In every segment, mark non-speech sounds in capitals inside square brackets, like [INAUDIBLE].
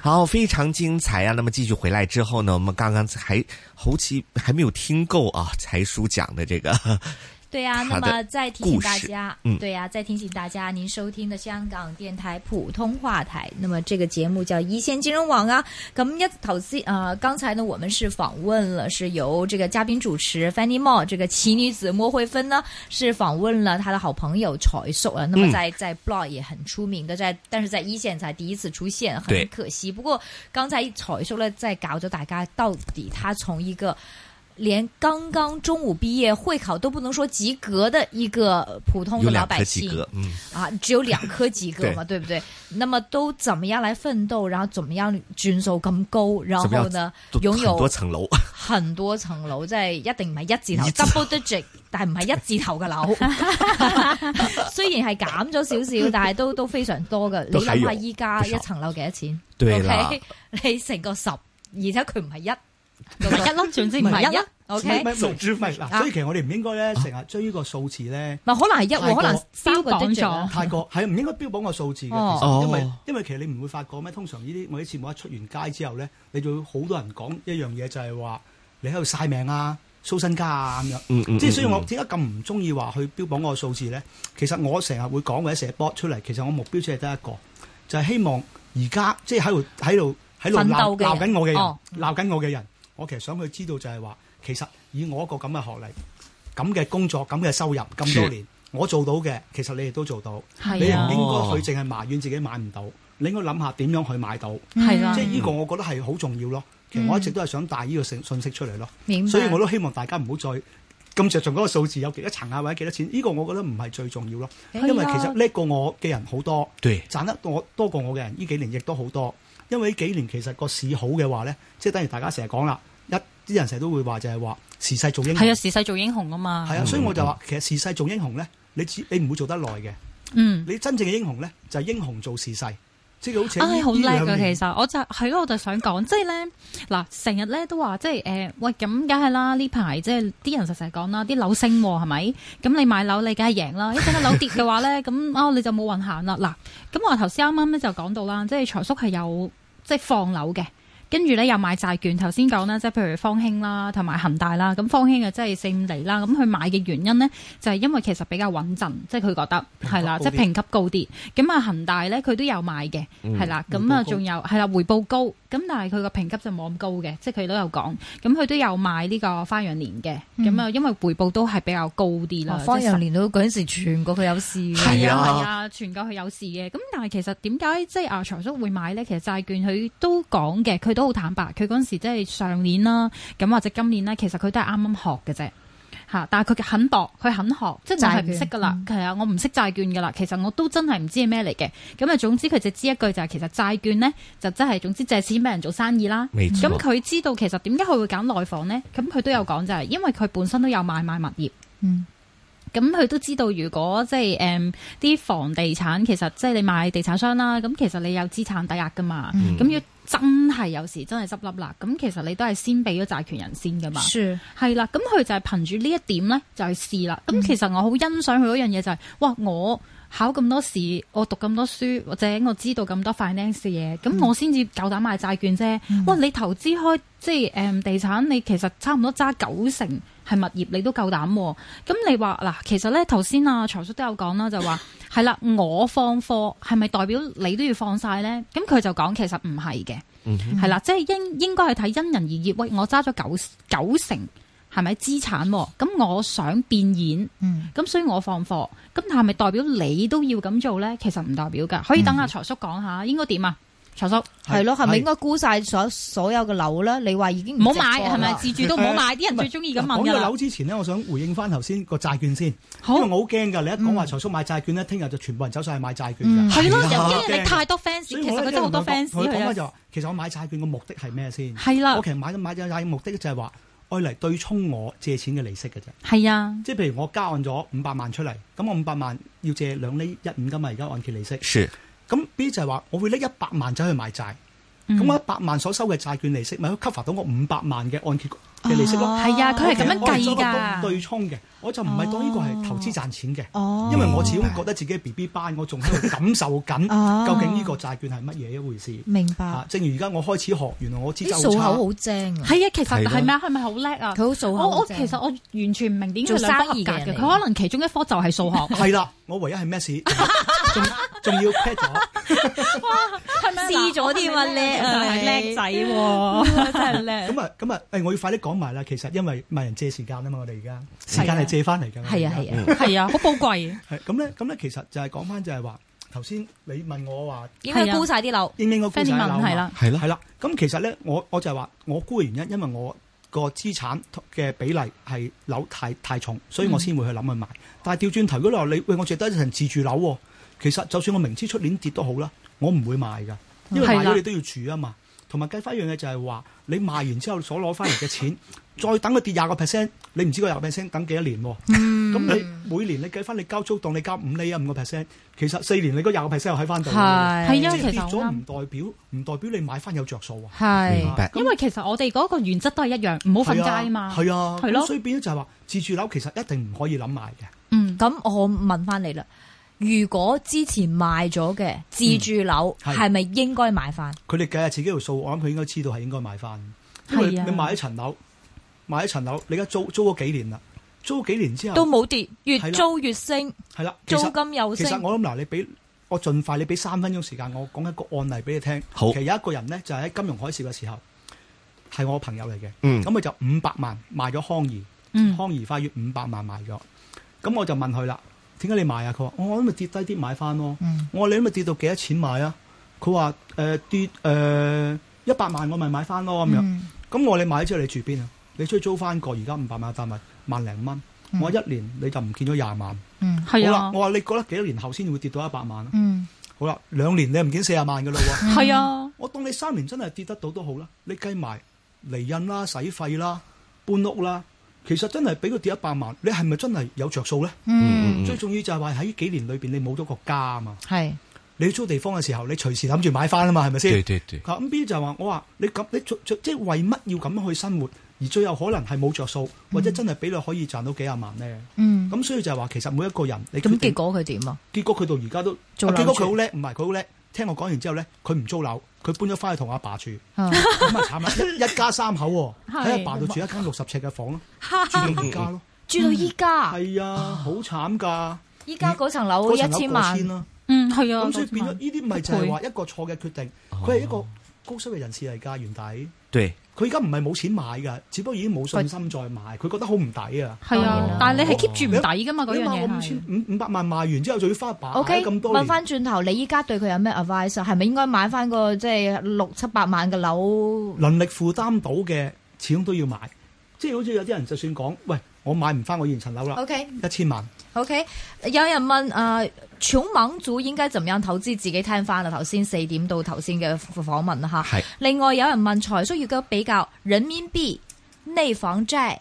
好，非常精彩啊！那么继续回来之后呢，我们刚刚还好奇还没有听够啊，才叔讲的这个。对呀、他那的么再提醒大家，故事嗯对呀、再提醒大家，您收听的香港电台普通话台，那么这个节目叫一线金融网啊。咁一头先啊，呃刚才呢，我们是访问了，是由这个嘉宾主持 Fanny Mo 这个奇女子莫慧芬呢，是访问了她的好朋友柴叔啊。那么嗯在、在 blog 也很出名的，在但是在一线才第一次出现，对很可惜。不过刚才柴叔呢，在搞咗大家到底他从一个。连刚刚中午毕业会考都不能说及格的一个呃普通有的老两百颗及姓格，嗯，啊，只有两科及 [LAUGHS] 格嘛，对不对？那么都怎么样来奋斗，然后怎么样转数咁高，然怎么后样呢都拥很多有层楼， [LAUGHS] 很多層樓，即係一定唔係一字頭一字 double digit，但係唔係一字頭 [LAUGHS] 嘅樓。雖然係減咗少少，但係都都非常多嘅。你都係諗有下依家一層樓幾多錢？對 o 啦 k [LAUGHS] 你成個十，而且佢唔係 [LAUGHS] 一，唔一粒，總之唔係一粒。 ，OK。總之唔係嗱，所以其實我哋唔應該咧成日追呢個數字咧。唔係可能係一太喎，過可能三個標榜 digit 咗啊太過係唔應該標榜個數字嘅，哦其實因為哦因為其實你唔會發覺咩？通常呢啲我啲節目一出完街之後咧，你就會好多人講一樣嘢，就係話你喺度晒命啊、蘇身家啊咁樣。嗯嗯，即係所以嗯我點解咁唔中意話去標榜我個數字咧？其實我成日會講或者寫 b o 出嚟，其實我目標只係得一個，就係、希望而家即係喺度喺度喺度奮鬧鬥嘅人鬧緊我嘅人哦，鬧緊、我嘅人，我其實想佢知道就係話，其實以我一個咁嘅學歷、咁嘅工作、咁嘅收入咁多年，我做到嘅，其實你哋都做到，你唔係應啊，該去淨係埋怨自己買唔到，你應該諗下點樣去買到，係啦即係呢嗯個我覺得係好重要咯。其實我一直都係想帶呢個信信息出嚟咯。明啊白所以我都希望大家唔好再咁着重嗰個數字有幾多層啊，或者幾多錢。呢、個我覺得唔係最重要咯，哎因啊為其實叻過我嘅人好多，對賺得我多過我嘅人，呢幾年亦都好多。因為呢幾年其實個市好嘅話咧，即係等於大家成日講啦，一啲人成日都會話就係話時勢做英雄，係啊，時勢做英雄啊嘛。係啊，所以我就話其實時勢做英雄咧，你只你唔會做得耐嘅。嗯，你真正嘅英雄咧，就係、英雄做時勢，即係好似唉，好叻嘅㗎，其實我就係咯，我就想講，即係咧嗱，成日咧都話即係誒，喂咁梗係啦，呢排即係啲人就成日講啦，啲樓升喎係咪？咁你買樓你梗係贏 [LAUGHS] 啦，一陣間樓跌嘅話咧，咁啊你就冇運行啦。嗱，咁我頭先啱啱咧就講到啦，即係財叔係有即係放樓嘅。跟住咧又買債券，頭先講啦，即係譬如方興啦，同埋恒大啦，咁方興啊即係四五厘啦，咁佢買嘅原因呢，就係因為其實比較穩陣，即係佢覺得係啦，高即啲係評級高啲。咁啊恒大咧佢都有買嘅，嗯係啦，咁啊嗯回報高仲有係啦回報高，咁但係佢個評級就冇咁高嘅，即係佢都有講，咁佢都有買呢個花樣年嘅，咁啊因為回報都係比較高啲啦，啊方啊即係洋年到嗰陣時傳過佢有事嘅係啊係啊，全球佢有事嘅。咁但係其實點解即係阿財叔會買咧？其實債券佢都講嘅，佢都好坦白。佢嗰陣時即係上年啦，咁或者今年咧，其實佢都係啱啱學嘅啫。嚇！但係佢肯搏，佢肯學，即係我係唔識噶啦債。係啊，我唔識債券噶啦。其實我都真係唔知係咩嚟嘅。咁啊，總之佢就知一句就係、其實債券咧就真係總之借錢俾人做生意啦。沒錯咁佢知道其實點解佢會揀內房咧？咁佢都有講就係因為佢本身都有買賣物業。嗯，咁佢都知道，如果即係誒啲房地產，其實即係你買地產商啦，咁其實你有資產抵押噶嘛，嗯咁、要真係有時真係執笠啦，咁其實你都係先俾咗債權人先噶嘛，是係啦，咁佢就係憑住呢一點咧就去試啦。嗯咁其實我好欣賞佢嗰樣嘢就係、哇我。考咁多試，我讀咁多書，或者我知道咁多 finance 嘅嘢，嗯咁我先至夠膽買債券啫。哇！你投資開即係誒、地產，你其實差唔多揸九成係物業，你都夠膽喎。咁你話嗱，其實咧頭先啊財叔都有講啦，就話係啦，我放貨係咪代表你都要放晒咧？咁佢就講其實唔係嘅，嗯哼係啦，即係應應該係睇因人而異。喂，我揸咗九九成係咪資產喎？咁我想變現。嗯咁所以我放貨，咁但係咪代表你都要咁做咧？其實唔代表㗎，可以等阿財叔講下應該點啊？財叔係咯，係咪係應該沽晒所所有嘅樓咧？你話已經唔好值咗買係咪？啦自住都唔好買，啲人最中意咁啊問講㗎到啦樓。之前咧，我想回應翻頭先個債券先，因好嗯為我好驚㗎。你一講話財叔買債券咧，聽日就全部人走晒去買債券嗯㗎。係咯，係啊因為你太多 fans，其所以實我佢咧真係好多一 fans 啊路同佢講佢講佢就翻就話，其實我買債券嘅目的係咩先？係啦我，其實買咗買債券嘅目的就係話，愛嚟對沖我借錢嘅利息嘅啫。係啊，即係譬如我交按咗五百萬出嚟，咁我五百萬要借兩厘一五㗎嘛，而家按揭利息。是咁 B 就係話，我會拎一百萬走去買債，咁、啊嗯我一百萬所收嘅債券利息，咪可以 cover 到我五百萬嘅按揭嘅利息咯。係啊，佢係咁樣我係計做一個對㗎。沖嘅，我就唔係當呢個係投資賺錢嘅。哦，因為我始終覺得自己係 B B 班，我仲喺度感受緊哦究竟呢個債券係乜嘢一回事。明白。！啊正如而家我開始學，原來我知啲周數口差，好精啊，係啊，其實係咯係咪啊？係咪好叻啊？佢好數口我好我精。其實我完全唔明點解做佢兩不合生意格嘅人嘅，嚟佢可能其中一科就係數 [LAUGHS] 學，係啦，我唯一係 Maths，仲 [LAUGHS] 仲要 pat 係咪啊咗。試咗添啊嗱 [LAUGHS] 叻我啊係你叻仔喎， [LAUGHS] 真係叻。咁啊，咁啊，誒，我要快啲講埋啦。其實因為問人借時間啊嘛，我哋而家時間係啊係借翻嚟㗎。係啊係啊， [LAUGHS] 係啊，好寶貴。係咁咧，咁咧，其實就係講翻就係話，頭先你問我話應該係啊沽晒啲樓，應唔應該沽 Fanny 晒樓問嘛係，啦，係咯係，啦。咁其實咧，我我就係話我沽嘅原因，因為我個資產嘅比例係樓太太重，所以我先會去諗去買。但係調轉頭，如果你話你喂我借得一層自住樓喎，其實就算我明知出年跌都好啦，我唔會賣㗎，因為係買啦咗你都要住啊嘛。同埋計翻一樣嘢就係話，你賣完之後所攞翻嚟嘅錢，再等佢跌廿個 percent，你唔知個廿 percent 等幾多年喎、咁你每年你計翻你交租當你交五厘啊五個 percent，其實四年你嗰廿個 percent 又喺翻度喎，係啊即係其跌實好咗啱唔代表唔代表你買翻有着數啊。明係白。因為其實我哋嗰個原則都係一樣，唔好瞓街啊嘛。係啊，係咯咁所以變咗就係話自住樓其實一定唔可以諗埋嘅，嗯，咁我問翻你啦，如果之前賣咗嘅自住樓，嗯係係咪應該買翻？佢哋計下自己條數，我諗佢應該知道係應該買翻，因為係啊你買一層樓，買一層樓，你而家租租咗幾年啦，租咗幾年之後都冇跌，越嗯係啦租越升，係啦，其租實金又其實升。我諗嗱，你俾我盡快，你俾三分鐘時間我講一個案例俾你聽。好其實有一個人呢，就係喺金融海嘯嘅時候，係我朋友嚟嘅。嗯咁佢就五百萬賣咗康怡，嗯康怡花園五百萬賣咗。咁我就問佢啦，點解你賣啊？佢話：我諗咪跌低啲買翻咯。嗯我話你諗咪跌到幾多錢買啊？佢話：誒、跌誒一百萬我咪買翻咯咁樣。嗯咁我話你買咗之後你住邊啊？你出去租翻個而家五百萬單位萬零蚊，嗯我話一年你就唔見咗廿萬。嗯係好啦啊，，我話你覺得幾多年後先會跌到一百萬啊？嗯，好啦，兩年你唔見四十萬嘅咯喎，係啊，我當你三年真係跌得到都好啦，你計埋離印啦、使費啦、搬屋啦，其實真係俾佢跌一百萬，你係咪真係有着數咧？嗯最重要就係話喺幾年裏邊你冇咗個家啊嘛，係你租地方嘅時候，你隨時諗住買翻啊嘛，係咪對先？對對，咁 B 就話我話你咁你做做即係為乜要咁樣去生活，而最有可能係冇着數，或者真係俾你可以賺到幾廿萬咧？嗯，咁所以就係話其實每一個人你咁決定結果佢點啊？結果佢到而家都做樓啊結果住佢好叻，唔係佢好叻。聽我講完之後咧，佢唔租樓，佢搬咗翻去同阿爸住，啊咁啊慘啦！ [LAUGHS] 一一家三口喎，係喺阿爸度住一間六十尺嘅 [LAUGHS] 房咯，住到而家咯， [LAUGHS] 住到依家，係啊，好慘㗎，依家嗰層樓嗰一層樓千過萬千，啦，嗯係啊，咁所以變咗呢啲咪就係話一一個錯嘅決定，佢係一個高收入人士嚟㗎，原底。對，佢而家唔係冇錢買㗎，只不過已經冇信心再買，佢覺得好唔抵啊！係啊哦，但係你係 keep 住唔抵噶嘛嗰你樣買嘢我五千係。五五百萬賣完之後，仲要翻阿爸 O 買 K，咗咁多問年，翻轉頭，你依家對佢有咩 advice 啊？係咪應該買翻個即係六七百萬嘅樓？能力負擔到嘅，始終都要買。即係好似有啲人就算講，喂，我買唔翻我現層樓啦， O K 一千萬。 O K，有人問啊，窮猛族應該怎樣投資？自己聽翻啦，頭先四點到頭先嘅訪問啦吓。係另外有人問財叔如果比較人民幣、內房債、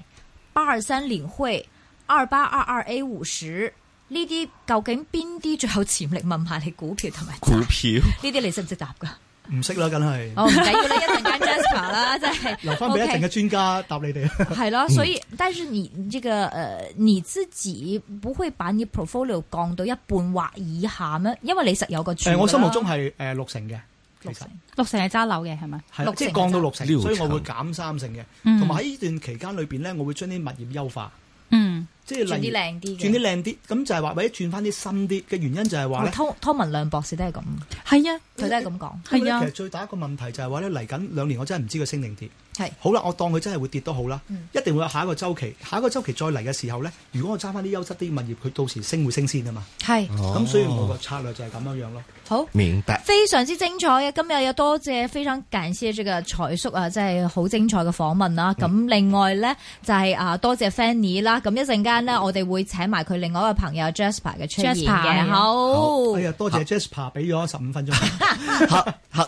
八二三領匯、二八二二 A 五十呢啲，究竟邊啲最有潛力？問埋你股票同埋股債票呢啲，你識唔識答㗎？唔識啦，梗係哦，唔緊要啦，一陣間 Jasper 啦，真係留翻俾一陣嘅專家答你 [LAUGHS] 哋。 [LAUGHS] OK，係咯，所以但是你你這個呃你自己不會把你 portfolio 降到一半或以下咩？因為你實有個主㗎誒，啦我心目中係誒六成嘅，其實六成係揸樓嘅係咪？係六成啦即係降到六成，六成所以我會減三成嘅。嗯同埋喺呢段期間裏邊咧，我會將啲物業優化，嗯，即係轉啲例如靚啲轉嘅。啲靚啲，咁就係話或者轉翻啲新啲嘅原因就係話嗯我咧。湯湯文亮博士都係咁，係啊，佢都係咁講，因為係咧啊其實，最大一個問題就係話咧，嚟緊兩年我真係唔知佢升定跌。係好啦，我當佢真係會跌都好啦，嗯一定會有下一個周期。下一個周期再嚟嘅時候咧，如果我揸翻啲優質啲物業，佢到時升會升先啊嘛。係咁、所以我個策略就係咁樣樣咯。好。哦明白，非常之精彩嘅，今日有多謝非常感謝這個財叔啊，真係好精彩嘅訪問嗯啦。咁、另外呢，就係、啊多謝 Fanny 啦。咁一陣間呢，我哋會請埋佢另外一個朋友 Jasper 嘅出現 Jasper，係哎嘅。啊好，哎呀，多謝 Jasper 俾咗十五分鐘。好好，那我。